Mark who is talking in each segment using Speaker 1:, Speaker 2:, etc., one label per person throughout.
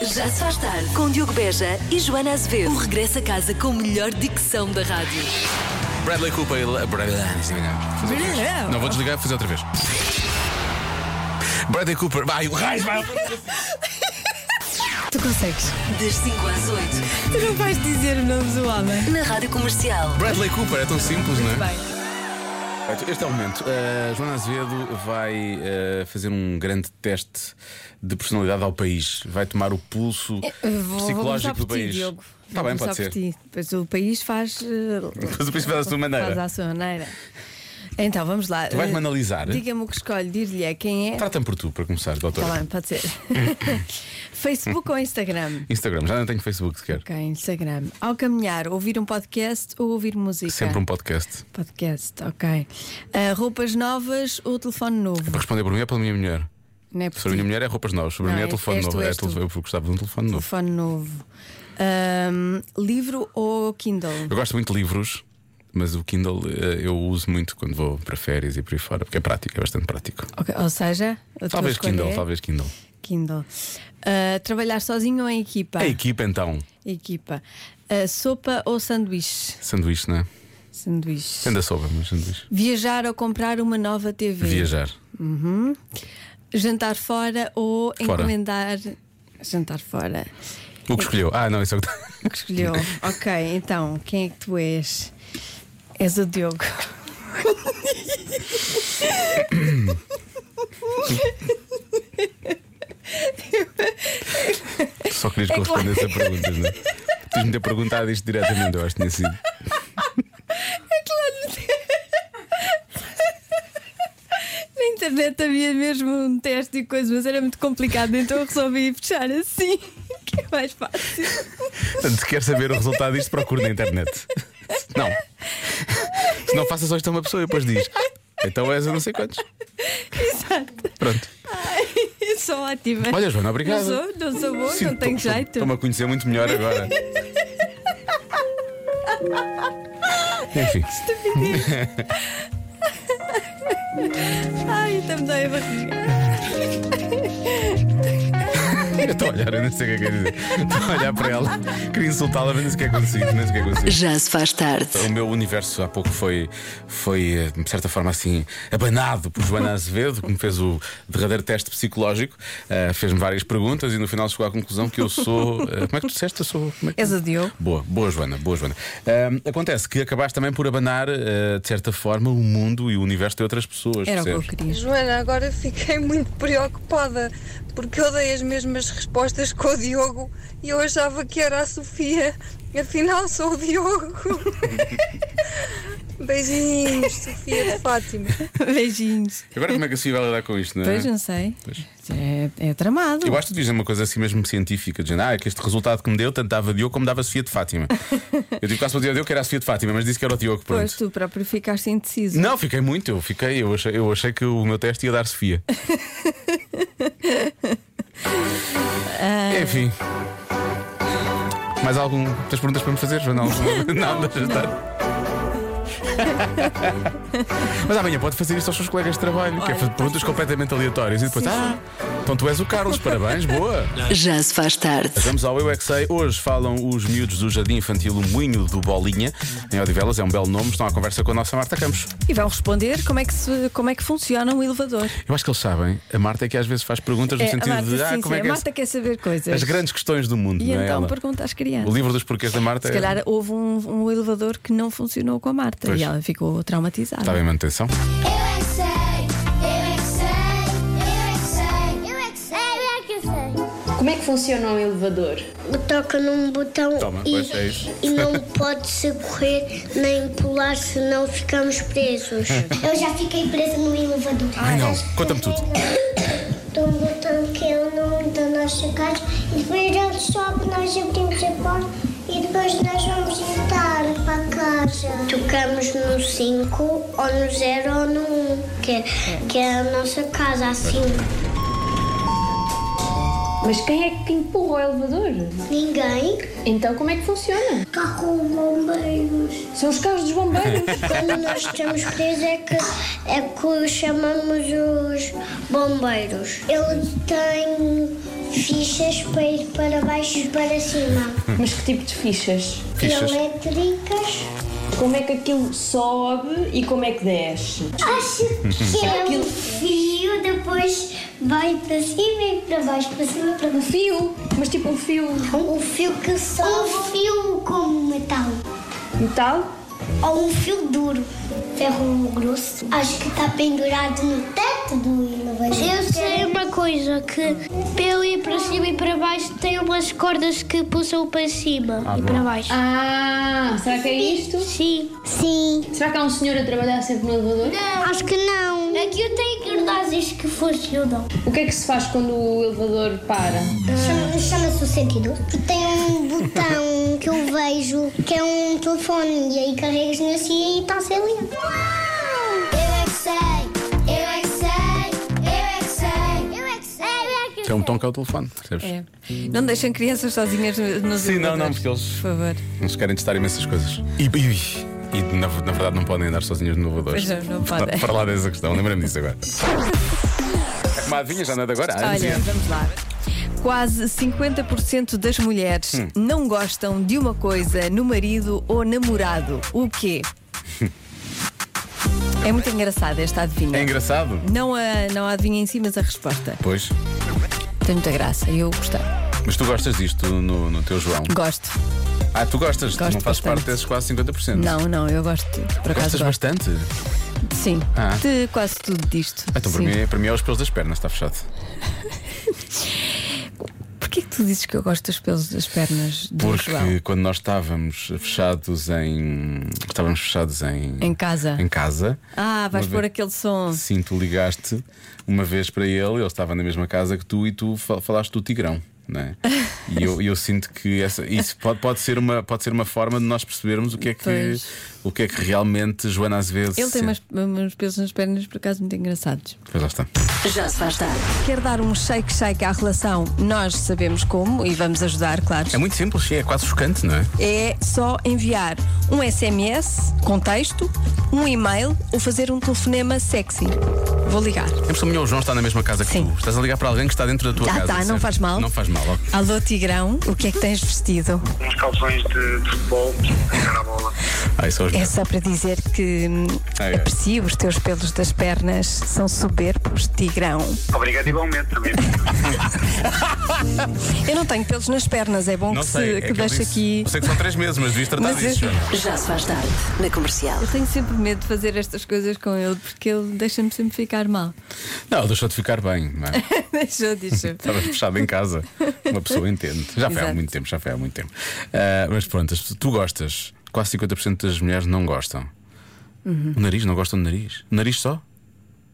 Speaker 1: Já se faz tarde com Diogo Beja e Joana Azevedo. O regresso a casa com a melhor dicção da rádio.
Speaker 2: Bradley Cooper e Le- Bradley- ah, é Fazer outra
Speaker 3: é?
Speaker 2: vez. Não vou desligar, vou fazer outra vez. Bradley Cooper, vai, o raio, vai.
Speaker 3: Tu consegues.
Speaker 1: Das 5 às 8,
Speaker 3: Tu não vais dizer o nome do homem.
Speaker 1: na Rádio Comercial.
Speaker 2: Bradley Cooper, é tão simples, não é?
Speaker 3: Bem,
Speaker 2: Este é o momento. Uh, Joana Azevedo vai uh, fazer um grande teste de personalidade ao país. Vai tomar o pulso
Speaker 3: eu Eh, vou, vou começar
Speaker 2: psicológico
Speaker 3: por
Speaker 2: do país.
Speaker 3: ti, Diogo.
Speaker 2: Está
Speaker 3: Vou
Speaker 2: bem, pode ser.
Speaker 3: começar por ti. Pois o país faz. eh,
Speaker 2: Mas o país faz a sua
Speaker 3: Faz
Speaker 2: maneira.
Speaker 3: à sua maneira. Então, vamos lá.
Speaker 2: Tu vais-me
Speaker 3: Eh,
Speaker 2: analisar. Tá
Speaker 3: Diga-me o que escolhe, dir-lhe é quem é.
Speaker 2: Trata-me por tu, para começar, doutor.
Speaker 3: Está Tá bem, pode ser. Facebook ou Instagram?
Speaker 2: Instagram, já não tenho Facebook sequer.
Speaker 3: Ok, Instagram. Ao caminhar, ouvir um podcast ou ouvir música?
Speaker 2: Sempre um podcast.
Speaker 3: Podcast, ok. Eh, roupas novas ou telefone novo?
Speaker 2: Para responder por mim é pela minha mulher.
Speaker 3: Não é por
Speaker 2: Sobre a
Speaker 3: ti.
Speaker 2: minha mulher é roupas novas, sobre a
Speaker 3: Não,
Speaker 2: minha é
Speaker 3: és-
Speaker 2: telefone
Speaker 3: és tu,
Speaker 2: novo. É
Speaker 3: és tu.
Speaker 2: telefone- Eu gostava de um telefone novo.
Speaker 3: Telefone novo. Ahm, livro ou Kindle?
Speaker 2: Eu gosto muito de livros, mas o Kindle eh, eu uso muito quando vou para férias e por aí fora, porque é prático, é bastante prático.
Speaker 3: Ok, Ou seja, a tua
Speaker 2: Talvez
Speaker 3: escolha
Speaker 2: Kindle,
Speaker 3: é
Speaker 2: talvez Kindle.
Speaker 3: Kindle. Ah, trabalhar sozinho ou em equipa?
Speaker 2: A equipa então,
Speaker 3: Equipa. Ah, sopa ou sanduíche?
Speaker 2: sanduíche, não é?
Speaker 3: Sanduíche.
Speaker 2: Ainda soba, mas sanduíche.
Speaker 3: Viajar ou comprar uma nova TV?
Speaker 2: Viajar.
Speaker 3: Uhum. Jantar fora ou
Speaker 2: Fora.
Speaker 3: encomendar. Jantar fora.
Speaker 2: O que escolheu? Ah, não, isso é o que está.
Speaker 3: O que escolheu? ok, então, quem é que tu és? És o Diogo.
Speaker 2: Só
Speaker 3: É
Speaker 2: querias que eu respondesse a perguntas, não é? Tens-me de ter perguntado isto diretamente, eu acho que tinha sido.
Speaker 3: Na internet havia mesmo um teste e coisas, mas era muito complicado, então eu resolvi fechar assim, que é mais fácil.
Speaker 2: Portanto, se quer saber o resultado disto, procure na internet. Não. Se não faça só isto a uma pessoa e depois diz. "Ah, Então és eu não sei quantos.
Speaker 3: Exato.
Speaker 2: Pronto.
Speaker 3: Eu sou ótima.
Speaker 2: Olha, Joana,
Speaker 3: não
Speaker 2: obrigado.
Speaker 3: sou, não sou boa, não tenho jeito.
Speaker 2: Estou-me a conhecer muito melhor agora. Enfim,
Speaker 3: Ai, então também dói a barriga.
Speaker 2: eu estou a olhar, eu não sei o que é que é dizer. Estou a olhar para ela, queria insultá-la, mas não sei o que é que consigo, não sei o que é que consigo.
Speaker 1: Já se faz tarde.
Speaker 2: O meu universo há pouco foi, foi, eh, de certa forma, assim, abanado por Joana Azevedo, que me fez o derradeiro teste psicológico, eh, fez-me várias perguntas e no final chegou à conclusão que eu sou. eh, como é que tu disseste? Eu sou. Como é que...
Speaker 3: És o Diogo.
Speaker 2: Boa, boa Joana, boa Joana. Ahm, acontece que acabaste também por abanar, ah, de certa forma, o mundo e o universo de outras pessoas.
Speaker 3: Era o que eu
Speaker 2: percebes?
Speaker 3: queria.
Speaker 4: Joana, agora fiquei muito preocupada porque eu dei as mesmas respostas com o Diogo e eu achava que era a Sofia. Afinal, sou o Diogo. Beijinhos, Sofia de Fátima.
Speaker 3: Beijinhos.
Speaker 2: Agora, como é que a Sofia vai lidar com isto, não é?
Speaker 3: Pois, não sei. É, é tramado.
Speaker 2: Eu acho que tu dizes uma coisa assim mesmo científica, dizendo ah, é que este resultado que me deu tanto dava Diogo como dava a Sofia de Fátima. eu digo quase para o Diogo que era a Sofia de Fátima, mas disse que era o Diogo. Pronto.
Speaker 3: Pois, tu próprio ficaste indeciso.
Speaker 2: Não, fiquei muito, eu fiquei, eu achei, eu achei que o meu teste ia dar Sofia. Enfim. Mais algum? Tens perguntas para me fazer, Joana? Não, não, deixa estar. Mas amanhã pode fazer isto aos seus colegas de trabalho, que é
Speaker 3: Olha,
Speaker 2: fazer perguntas completamente aleatórias e depois,
Speaker 3: Sim,
Speaker 2: ah, então tu és o Carlos, parabéns, boa.
Speaker 1: Já se faz tarde.
Speaker 2: Vamos ao Eu é que Sei. Hoje falam os miúdos do Jardim Infantil O Moinho do Bolinha, em Odivelas, é um belo nome, estão à conversa com a nossa Marta Campos.
Speaker 3: E vão responder como é, que se- como é que funciona um elevador.
Speaker 2: Eu acho que eles sabem. A Marta é que às vezes faz perguntas no
Speaker 3: É,
Speaker 2: sentido
Speaker 3: a Marta,
Speaker 2: de ah,
Speaker 3: sim,
Speaker 2: como
Speaker 3: sim,
Speaker 2: é
Speaker 3: a
Speaker 2: que é
Speaker 3: Marta quer saber coisas.
Speaker 2: as grandes questões do mundo,
Speaker 3: E
Speaker 2: não é
Speaker 3: então
Speaker 2: ela?
Speaker 3: pergunta às crianças.
Speaker 2: O livro dos porquês da Marta é-
Speaker 3: Se calhar houve um, um elevador que não funcionou com a Marta
Speaker 2: Pois. Tá
Speaker 3: e ela ficou traumatizada.
Speaker 2: estava em manutenção.
Speaker 5: Eu é que sei, eu é que sei, eu é que sei, eu é que sei, eu é que sei.
Speaker 6: Como é que funciona um elevador?
Speaker 5: Toca num botão
Speaker 2: Toma,
Speaker 5: e,
Speaker 2: pois é isso.
Speaker 5: e não pode-se correr nem pular, senão ficamos presos. Eu já fiquei presa no elevador.
Speaker 2: Ai, não. Conta-me tudo.
Speaker 5: Tem um botão que é o nome da nossa casa e depois ele sobe, nós abrimos a porta e depois nós vamos entrar para casa. Tocamos no 5 ou no 0 ou no 1, um, que, que é a nossa casa, assim.
Speaker 6: Mas quem é que empurra o elevador?
Speaker 5: Ninguém
Speaker 6: Então como é que funciona?
Speaker 5: está com bombeiros.
Speaker 6: São os carros dos bombeiros.
Speaker 5: Quando nós estamos presos é que, é que chamamos os bombeiros. Ele tem fichas para ir para baixo e para cima.
Speaker 6: Mas que tipo de fichas?
Speaker 2: Fichas.
Speaker 5: Elétricas.
Speaker 6: Como é que aquilo sobe e como é que desce?
Speaker 5: Acho que é um fio, depois vai para cima e para baixo, para cima e para baixo.
Speaker 6: Fio, mas tipo um fio
Speaker 5: Um fio que sobe. Um fio como metal.
Speaker 6: metal?
Speaker 7: É
Speaker 5: Ou um fio duro. Ferro grosso. Acho que
Speaker 7: tá
Speaker 5: está pendurado no teto do elevador.
Speaker 7: Eu sei uma coisa, que pelo ir para cima e para baixo tem umas cordas que puxam para cima e para baixo.
Speaker 6: Ah, será que é isto?
Speaker 7: Sim.
Speaker 5: Sim.
Speaker 6: Será que há um senhor a trabalhar sempre no elevador?
Speaker 5: Acho que não.
Speaker 7: Aqui É eu tenho cordazes que funcionam.
Speaker 6: O que é que se faz quando o elevador para?
Speaker 5: Chama- Chama-se o sentido. Tem um botão que eu vejo que é um telefone e aí carregas nesse e está a ser lindo. Eu é que sei, eu é que sei, eu é que sei, eu é que sei, eu é que
Speaker 2: É um tom que é o telefone, percebes?
Speaker 3: É. Não deixem crianças sozinhas no- nos
Speaker 2: Sim, não, não,
Speaker 3: elevadores,
Speaker 2: porque eles-
Speaker 3: Por favor.
Speaker 2: Não se querem testar imensas coisas. E, e- e, na, na verdade não podem andar sozinhos no elevador.
Speaker 3: Pois não, não
Speaker 2: para,
Speaker 3: podem.
Speaker 2: para lá dessa questão, lembra-me disso agora. Arrumadinha, já nada agora. Ah,
Speaker 3: Olha, vamos lá. Quase 50% das mulheres
Speaker 2: Hum.
Speaker 3: não gostam de uma coisa no marido ou namorado. O quê? é muito engraçado esta adivinha.
Speaker 2: É engraçado?
Speaker 3: Não a, não a adivinha em si, mas a resposta.
Speaker 2: Pois.
Speaker 3: Tem muita graça, eu gostei.
Speaker 2: Mas tu gostas disto no, no teu João?
Speaker 3: Gosto.
Speaker 2: Ah, tu gostas? tu
Speaker 3: Gosto
Speaker 2: não fazes
Speaker 3: bastante.
Speaker 2: parte desses quase 50%?
Speaker 3: Não, não, eu gosto. Por acaso
Speaker 2: Gostas
Speaker 3: gosto.
Speaker 2: bastante?
Speaker 3: Sim.
Speaker 2: Ah.
Speaker 3: De quase tudo disto.
Speaker 2: Ah, Então, para
Speaker 3: Sim.
Speaker 2: mim, é- para mim é os pelos das pernas, está fechado.
Speaker 3: Porquê que tu dizes que eu gosto dos pelos das pernas do João?
Speaker 2: é- Porque quando nós estávamos fechados em. Estávamos fechados em.
Speaker 3: Em casa.
Speaker 2: Em casa.
Speaker 3: Ah, vais
Speaker 2: Uma
Speaker 3: pôr
Speaker 2: vez-
Speaker 3: aquele som.
Speaker 2: Sim, tu ligaste uma vez para ele, ele estava na mesma casa que tu e tu fa- falaste do Tigrão. Não é? E eu, eu sinto que essa- isso pode, pode, ser uma, pode ser uma forma de nós percebermos o que é que,
Speaker 3: Pois.
Speaker 2: o que, é que realmente Joana Azevedo
Speaker 3: Ele tem
Speaker 2: sente.
Speaker 3: umas, uns pelos nas pernas, por acaso, muito engraçados.
Speaker 2: Pois lá está.
Speaker 1: Já se faz tarde.
Speaker 3: Quer dar um shake-shake à relação? Nós sabemos como e vamos ajudar, claro.
Speaker 2: É muito simples, sim, é quase chocante, não é?
Speaker 3: É só enviar um SMS com texto, um e-mail ou fazer um telefonema sexy. Vou ligar.
Speaker 2: Temos também o João está na mesma casa que
Speaker 3: Sim.
Speaker 2: tu. Estás a ligar para alguém que está dentro da tua
Speaker 3: Ah,
Speaker 2: casa.
Speaker 3: tá, não
Speaker 2: certo?
Speaker 3: faz mal.
Speaker 2: Não faz mal. ok.
Speaker 3: Alô, Tigrão, o que é que tens vestido?
Speaker 8: uns calções de, de futebol a jogar a bola.
Speaker 2: Ah, isso é os
Speaker 3: É
Speaker 2: meus.
Speaker 3: só para dizer que hum,
Speaker 2: Ai, ai.
Speaker 3: aprecio os teus pelos das pernas, são soberbos, Tigrão.
Speaker 8: Obrigado igualmente também.
Speaker 3: Eu não tenho pelos nas pernas, é bom
Speaker 2: Não
Speaker 3: que,
Speaker 2: sei,
Speaker 3: se,
Speaker 2: é
Speaker 3: que
Speaker 2: que ele
Speaker 3: deixe
Speaker 2: disse-
Speaker 3: aqui.
Speaker 2: Eu sei que são três meses, mas devias tratar
Speaker 3: Mas é-
Speaker 2: disso,
Speaker 3: eu-
Speaker 2: Joana.
Speaker 1: Já se faz tarde. Na comercial.
Speaker 3: Eu tenho sempre medo de fazer estas coisas com ele porque ele deixa-me sempre ficar mal.
Speaker 2: Não, deixou de ficar bem, não é?
Speaker 3: deixou, deixou.
Speaker 2: Estavas fechado em casa. Uma pessoa entende. Já foi há
Speaker 3: Exato.
Speaker 2: muito tempo, já foi há muito tempo. Ah, mas pronto, as- tu gostas. Quase 50% das mulheres não gostam.
Speaker 3: Uhum.
Speaker 2: O nariz, não gostam do nariz. O nariz só?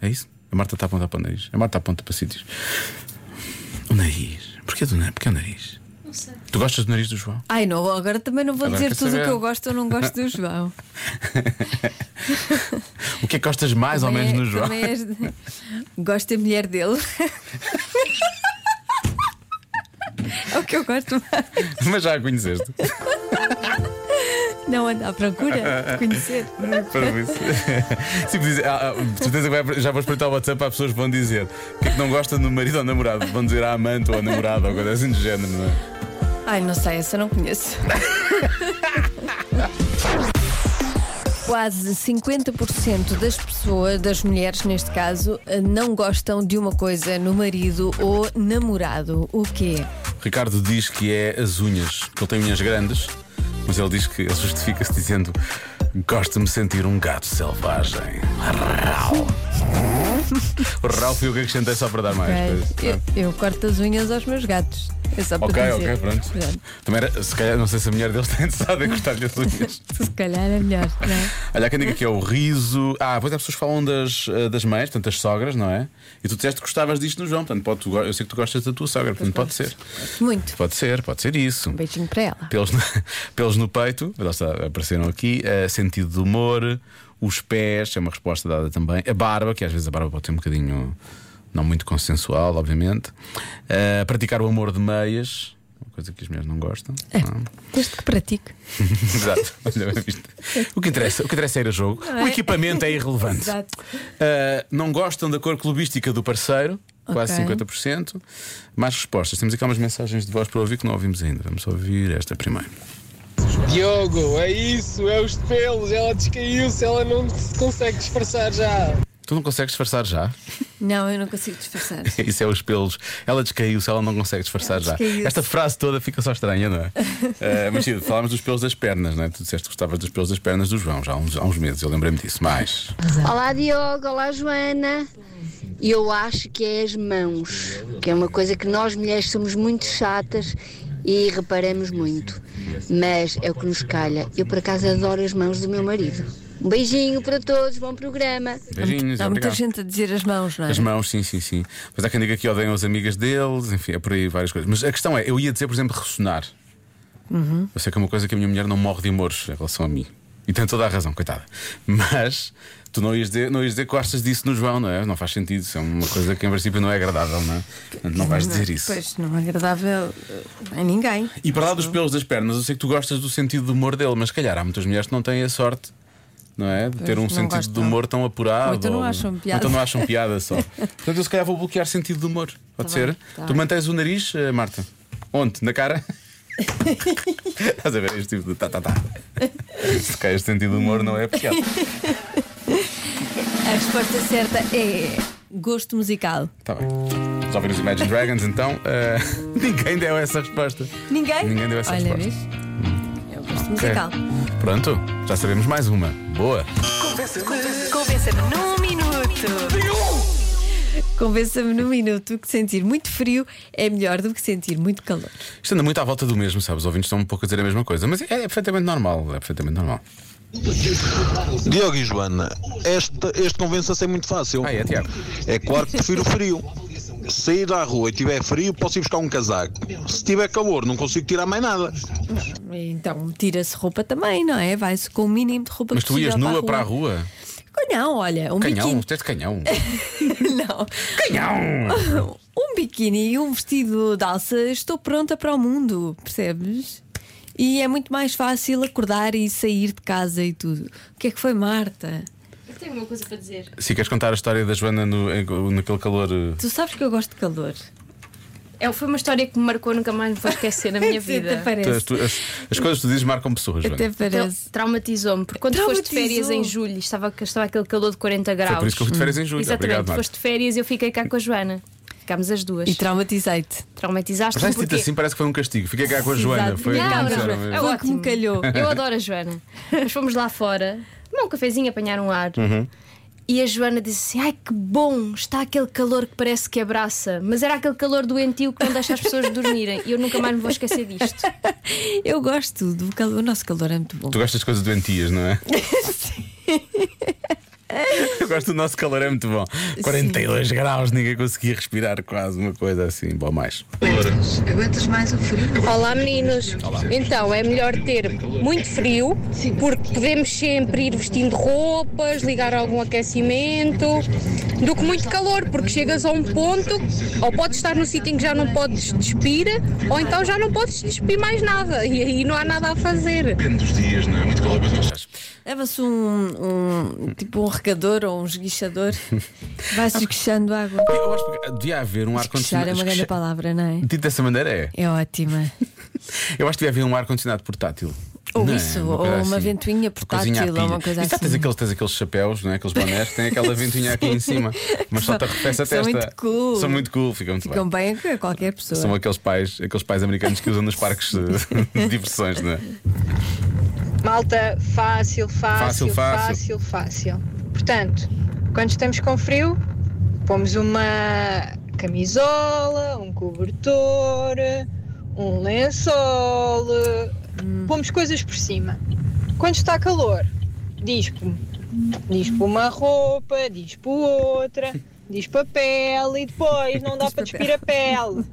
Speaker 2: É isso? A Marta está a apontar para o nariz. A Marta aponta para sítios. O nariz. Porquê, do, na- porquê o nariz? Não sei. Tu gostas do nariz do João?
Speaker 3: Ai, não, agora também não vou
Speaker 2: Agora
Speaker 3: dizer
Speaker 2: quer
Speaker 3: tudo o
Speaker 2: saber.
Speaker 3: que eu gosto ou não gosto do João.
Speaker 2: O que é que gostas mais ou menos
Speaker 3: Também é-
Speaker 2: no João?
Speaker 3: também és de- Gosto da mulher dele. é o que eu gosto mais.
Speaker 2: Mas já a conheceste.
Speaker 3: Não anda à procura de conhecer.
Speaker 2: Para isso. Sempre dizer, ah, ah, de certeza que vai- já vou espreitar o WhatsApp, as pessoas vão dizer o que é que não gosta no marido ou namorado. Vão dizer à amante ou ao namorado ou coisa assim do género, não é?
Speaker 3: Ai, não sei, essa não conheço. Quase 50% das pessoas, das mulheres neste caso, não gostam de uma coisa no marido ou namorado. O quê?
Speaker 2: Ricardo diz que é as unhas, que ele tem unhas grandes, mas ele diz que ele justifica-se dizendo: Gosto-me sentir um gato selvagem. Rau. O Rau foi o que acrescentei só para dar mais. pois.
Speaker 3: Eu, eu corto as unhas aos meus gatos. É só para
Speaker 2: Ok,
Speaker 3: dizer.
Speaker 2: ok, pronto.
Speaker 3: Pronto,
Speaker 2: Também era, se calhar, não sei se a mulher deles está interessada em cortar-lhe as unhas.
Speaker 3: Se calhar é melhor, não é?
Speaker 2: Olha, há quem diga que é o riso. Ah, pois as pessoas falam das, eh, das mães, portanto, das sogras, não é? E tu disseste que gostavas disto no João, portanto, pode, tu, go- eu sei que tu gostas da tua sogra, portanto, pode ser.
Speaker 3: Muito.
Speaker 2: Pode ser, pode ser isso.
Speaker 3: Um beijinho para ela.
Speaker 2: Pelos no, pelos no peito, lá está, apareceram aqui, eh, sentido de humor, os pés, é uma resposta dada também. A barba, que às vezes a barba pode ser um bocadinho não muito consensual, obviamente. Eh, praticar o amor de meias, uma coisa que as mulheres não gostam. não é?
Speaker 3: Desde que pratico.
Speaker 2: Exato. Olha, bem visto. O que interessa, o que interessa é ir a jogo. O equipamento é irrelevante.
Speaker 3: Exato.
Speaker 2: Uh, não gostam da cor clubística do parceiro. quase
Speaker 3: Ok.
Speaker 2: 50%. Mais respostas. Temos aqui algumas mensagens de voz para ouvir que não ouvimos ainda. Vamos ouvir esta primeiro.
Speaker 9: Diogo, é isso, é os pelos, ela descaiu-se, ela não se consegue disfarçar já.
Speaker 2: Tu não consegues disfarçar já?
Speaker 3: Não, eu não consigo disfarçar.
Speaker 2: Isso é os pelos. Ela descaiu-se, ela não consegue disfarçar
Speaker 3: Ela
Speaker 2: já.
Speaker 3: descaiu-se.
Speaker 2: Esta frase toda fica só estranha, não é? Eh, mas sim, falámos dos pelos das pernas, não é? Tu disseste que gostavas dos pelos das pernas do João já há uns, há uns meses, eu lembrei-me disso. Mas.
Speaker 10: Olá Diogo, olá Joana. Eu acho que é as mãos, que é uma coisa que nós mulheres somos muito chatas e reparamos muito. Mas é o que nos calha. Eu por acaso adoro as mãos do meu marido. Um beijinho para todos, bom programa.
Speaker 2: Beijinhos,
Speaker 3: Há muita
Speaker 2: é, obrigado.
Speaker 3: gente a dizer as mãos, não é?
Speaker 2: As mãos, sim, sim, sim. Mas há quem diga que odeiam as amigas deles, enfim, é por aí várias coisas. Mas a questão é, eu ia dizer, por exemplo, ressonar. Eu sei que é uma coisa que a minha mulher não morre de humores em relação a mim. E tem toda a razão, coitada. Mas tu não ias dizer, não ias dizer que gostas disso no João, não é? Não faz sentido. Isso é uma coisa que em princípio não é agradável, não é? Portanto, Não vais dizer isso.
Speaker 3: Pois, não é agradável eh, a ninguém.
Speaker 2: E para lá dos pelos das pernas, eu sei que tu gostas do sentido do humor dele, mas se calhar há muitas mulheres que não têm a sorte. Não é? De ter um
Speaker 3: não
Speaker 2: sentido de
Speaker 3: gostam.
Speaker 2: humor tão apurado.
Speaker 3: Ou então não acham
Speaker 2: ou
Speaker 3: piada.
Speaker 2: então não acham piada só. Portanto, eu se calhar vou bloquear sentido de humor. Pode
Speaker 3: Tá
Speaker 2: ser?
Speaker 3: bem, tá
Speaker 2: tu
Speaker 3: bem.
Speaker 2: mantens o nariz, eh, Marta? Onde? Na cara? Estás a ver este tipo de tá, tá, tá. Se calhar este sentido de humor não é piada.
Speaker 3: A resposta certa é gosto musical.
Speaker 2: Tá bem. Vamos ouvir os Imagine Dragons então. Eh, ninguém deu essa resposta.
Speaker 3: Ninguém?
Speaker 2: Ninguém deu essa
Speaker 3: Olha,
Speaker 2: resposta.
Speaker 3: vês? É o gosto musical.
Speaker 2: É. Pronto, já sabemos mais uma. Boa.
Speaker 1: Convença-me num minuto.
Speaker 3: Convença-me num minuto que sentir muito frio é melhor do que sentir muito calor.
Speaker 2: Isto anda muito à volta do mesmo, sabes? Os ouvintes estão um pouco a dizer a mesma coisa, mas é, é perfeitamente normal. É perfeitamente normal.
Speaker 9: Diogo e Joana, este, este convença-se é muito fácil.
Speaker 2: Ah, é, Tiago.
Speaker 9: É claro que prefiro frio. Sair à rua e tiver frio, posso ir buscar um casaco. Se tiver calor, não consigo tirar mais nada.
Speaker 3: Então tira-se roupa também, não é? Vai-se com o mínimo de roupa
Speaker 2: Mas tu
Speaker 3: possível
Speaker 2: ias nua para a rua?
Speaker 3: Não, olha, um
Speaker 2: Canhão,
Speaker 3: biquíni.
Speaker 2: teste canhão.
Speaker 3: não.
Speaker 2: Canhão!
Speaker 3: Um biquíni e um vestido de alça, estou pronta para o mundo, percebes? E é muito mais fácil acordar e sair de casa e tudo. O que é que foi, Marta?
Speaker 6: Eu tenho uma coisa para dizer.
Speaker 2: Se queres contar a história da Joana no, em- naquele calor. eh,
Speaker 3: Tu sabes que eu gosto de calor.
Speaker 6: É, foi uma história que me marcou, nunca mais me vou esquecer na minha
Speaker 3: Até
Speaker 6: vida.
Speaker 2: tu-
Speaker 3: parece.
Speaker 2: tu- as, as coisas que tu dizes marcam pessoas, Joana.
Speaker 3: Até
Speaker 6: Tra-
Speaker 3: parece.
Speaker 6: Traumatizou-me, porque quando foste de férias
Speaker 3: Traumatizou.
Speaker 6: em julho, estava, estava aquele calor de 40 graus.
Speaker 2: Foi por isso que eu fui de férias em julho.
Speaker 6: Exatamente,
Speaker 2: Obrigado, Marta.
Speaker 6: foste de férias e eu fiquei cá com a Joana. Ficámos as duas.
Speaker 3: Então, E traumatizei-te.
Speaker 6: Traumatizaste-me
Speaker 2: Mas dito
Speaker 5: é
Speaker 6: porque...
Speaker 2: assim, parece que foi um castigo. Fiquei cá com a Joana.
Speaker 3: Exato.
Speaker 2: Foi o que
Speaker 6: Não, não,
Speaker 2: aconteceu,
Speaker 6: não.
Speaker 2: não é?
Speaker 6: É
Speaker 3: Foi que me
Speaker 6: ótimo.
Speaker 3: calhou.
Speaker 6: Eu adoro a Joana. Mas fomos lá fora, tomar um cafezinho, apanhar um ar. E a Joana disse assim: Ai que bom, está aquele calor que parece que abraça, mas era aquele calor doentio que não deixa as pessoas dormirem. E eu nunca mais me vou esquecer disto.
Speaker 3: Eu gosto do calor. O nosso calor é muito bom.
Speaker 2: Tu gostas de coisas doentias, não é? Eu gosto do nosso calor, é muito bom. 42 graus, ninguém conseguia respirar quase uma coisa assim, bom mais.
Speaker 10: Olá meninos. Então é melhor ter muito frio porque podemos sempre ir vestindo roupas, ligar algum aquecimento, do que muito calor, porque chegas a um ponto, ou podes estar no sítio em que já não podes despir, ou então já não podes despir mais nada e aí não há nada a fazer.
Speaker 3: Leva-se um, um- tipo um regador ou um esguichador, vai-se esguichando água.
Speaker 2: Eu acho que devia haver um
Speaker 3: Esguichar
Speaker 2: ar-condicionado.
Speaker 3: é uma grande palavra, não é?
Speaker 2: Dito dessa maneira é.
Speaker 3: É ótima.
Speaker 2: Eu acho que devia haver um ar-condicionado portátil.
Speaker 3: Ou
Speaker 2: Não é?
Speaker 3: isso,
Speaker 2: Uma
Speaker 3: ou
Speaker 2: coisa
Speaker 3: uma ventoinha portátil,
Speaker 2: coisinha à
Speaker 3: ou uma
Speaker 2: pilha.
Speaker 3: coisa
Speaker 2: E sabe, Tens
Speaker 3: assim.
Speaker 2: aqueles, tens aqueles chapéus, não é? aqueles bonés que têm aquela ventoinha aqui em cima, mas só te arrefece a
Speaker 3: São
Speaker 2: testa.
Speaker 3: muito cool.
Speaker 2: São muito cool, ficam muito
Speaker 3: Ficam
Speaker 2: bem.
Speaker 3: bem a qualquer pessoa.
Speaker 2: São aqueles pais, aqueles pais americanos que usam nos parques eh, de diversões, não é?
Speaker 10: Malta, fácil,
Speaker 2: Fácil,
Speaker 10: fácil,
Speaker 2: fácil.
Speaker 10: fácil, fácil. Portanto, quando estamos com frio, pomos uma camisola, um cobertor, um lençol, pomos coisas por cima. Quando está calor, dispo. Dispo uma roupa, dispo outra, dispo a pele e depois não dá para despir a pele.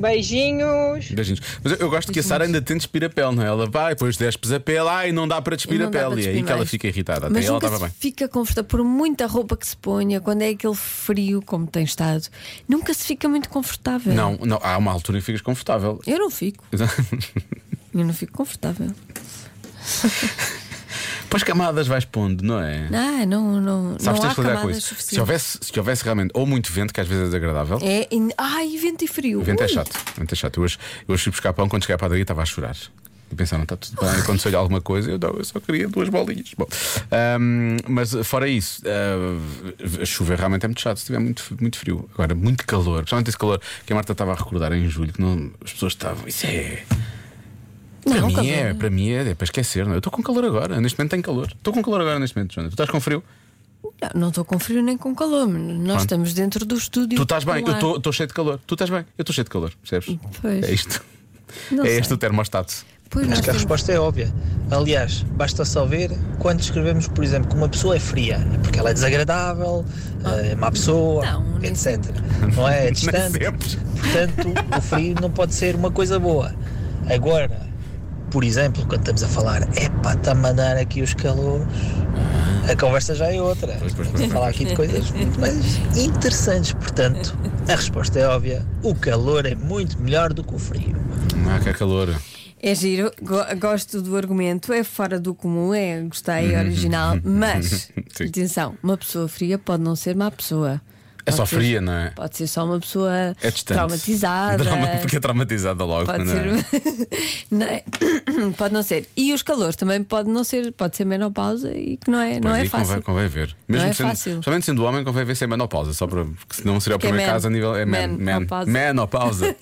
Speaker 10: Beijinhos.
Speaker 2: Beijinhos. Mas eu, eu gosto que a Sara ainda tenta despir a pele, não é? Ela vai, depois despes a pele, ai, não dá para despir
Speaker 3: E
Speaker 2: a
Speaker 3: não dá para
Speaker 2: pele. E é aí
Speaker 3: despir
Speaker 2: que ela
Speaker 3: mais.
Speaker 2: fica irritada.
Speaker 3: Mas
Speaker 2: Até ela
Speaker 3: nunca
Speaker 2: estava
Speaker 3: se
Speaker 2: bem.
Speaker 3: fica confortável por muita roupa que se ponha, quando é aquele frio como tem estado, nunca se fica muito confortável.
Speaker 2: Não, não, há uma altura em que ficas confortável.
Speaker 3: Eu não fico, eu não fico confortável.
Speaker 2: Pois camadas vais pondo, não é?
Speaker 3: Não, Ah, não, não,
Speaker 2: Sabes,
Speaker 3: não
Speaker 2: tens
Speaker 3: há
Speaker 2: que lidar com
Speaker 3: camadas
Speaker 2: isso.
Speaker 3: suficientes.
Speaker 2: Se houvesse, se houvesse realmente ou muito vento, que às vezes é desagradável,
Speaker 3: É, in... Ai, vento e frio.
Speaker 2: o vento é
Speaker 3: Ui.
Speaker 2: chato. o Vento é chato. Eu hoje, eu hoje fui buscar pão, quando cheguei à padaria estava a chorar. E pensaram, está tudo bem, aconteceu-lhe alguma coisa, eu, não, eu só queria duas bolinhas. Bom, ahm, mas eh, fora isso, ah, chover realmente é muito chato, se estiver muito, muito frio. Agora, muito calor, principalmente esse calor que a Marta estava a recordar em julho, que não, as pessoas estavam. Isso é. Para
Speaker 3: Não,
Speaker 2: mim,
Speaker 3: calor.
Speaker 2: é, para mim é, é para esquecer, não é? Eu estou com calor agora, neste momento tenho calor. Estou com calor agora neste momento, Joana. Tu estás com frio?
Speaker 3: Não, Não estou com frio nem com calor. mas Nós
Speaker 2: Pronto.
Speaker 3: estamos dentro do estúdio.
Speaker 2: Tu estás bem,
Speaker 3: com
Speaker 2: eu
Speaker 3: ar.
Speaker 2: estou cheio de calor. Tu estás bem, eu estou cheio de calor, percebes?
Speaker 3: Pois.
Speaker 2: É isto.
Speaker 3: Não
Speaker 2: é
Speaker 3: sei.
Speaker 2: este o termostato.
Speaker 3: Pois nós
Speaker 11: Acho que a
Speaker 3: temos-
Speaker 11: resposta é óbvia. Aliás, basta só ver quando escrevemos, por exemplo, que uma pessoa é fria, é porque ela é desagradável, é má pessoa, etc. Não é? É distante. Portanto, o frio não pode ser uma coisa boa. Agora, por exemplo, quando estamos a falar, epá, está a mandar aqui os calores, a conversa já é outra. Estamos a falar aqui de coisas muito mais interessantes. Portanto, a resposta é óbvia. O calor é muito melhor do que o frio.
Speaker 2: Ah, que calor.
Speaker 3: É giro, go- gosto do argumento, é fora do comum, é gostei, é original, mas
Speaker 2: Uhum. Sim.
Speaker 3: atenção, uma pessoa fria pode não ser má pessoa.
Speaker 2: É
Speaker 3: Pode
Speaker 2: só
Speaker 3: ser-
Speaker 2: fria, não é?
Speaker 3: Pode ser só uma pessoa
Speaker 2: É distante.
Speaker 3: traumatizada.
Speaker 2: Trauma- Porque é traumatizada logo,
Speaker 3: Pode
Speaker 2: não é?
Speaker 3: ser. não é? pode não ser. E os calores também pode não ser, pode ser menopausa e que não é, não
Speaker 2: Pois
Speaker 3: é
Speaker 2: aí
Speaker 3: fácil.
Speaker 2: Convém, convém ver.
Speaker 3: Não é
Speaker 2: sendo,
Speaker 3: fácil.
Speaker 2: Somente sendo homem, convém ver se é menopausa, só para, porque senão seria o
Speaker 3: Que é
Speaker 2: primeiro
Speaker 3: man.
Speaker 2: caso a nível. É men,
Speaker 3: Man,
Speaker 2: men,
Speaker 3: pausa.
Speaker 2: menopausa.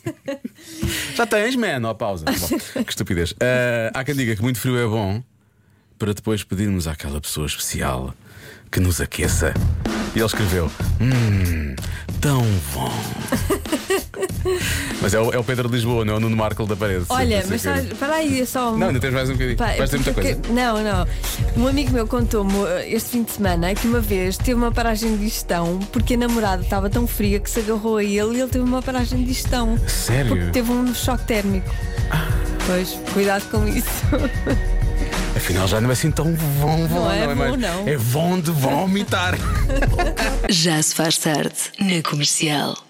Speaker 2: Já tens menopausa. Bom, que estupidez. Ah, há quem diga que muito frio é bom para depois pedirmos àquela pessoa especial que nos aqueça. E ele escreveu: Hum, tão bom. Mas é o, é o Pedro de Lisboa, não é o Nuno Markle da parede.
Speaker 3: Olha,
Speaker 2: Sempre
Speaker 3: mas
Speaker 2: assim que-
Speaker 3: sabes, para aí, é só um.
Speaker 2: Não, ainda tens mais um bocadinho.
Speaker 3: Pá,
Speaker 2: Vais ter muita
Speaker 3: porque-
Speaker 2: coisa.
Speaker 3: Não, não. Um amigo meu contou-me eh, este fim de semana que uma vez teve uma paragem de gestão porque a namorada estava tão fria que se agarrou a ele e ele teve uma paragem de gestão.
Speaker 2: Sério? Ah.
Speaker 3: Porque teve um choque térmico. Pois, cuidado com isso.
Speaker 2: Afinal, já não é assim tão bom, bom,
Speaker 3: Não é
Speaker 2: mais-
Speaker 3: bom, não.
Speaker 2: É bom de vomitar.
Speaker 1: Já se faz tarde na comercial.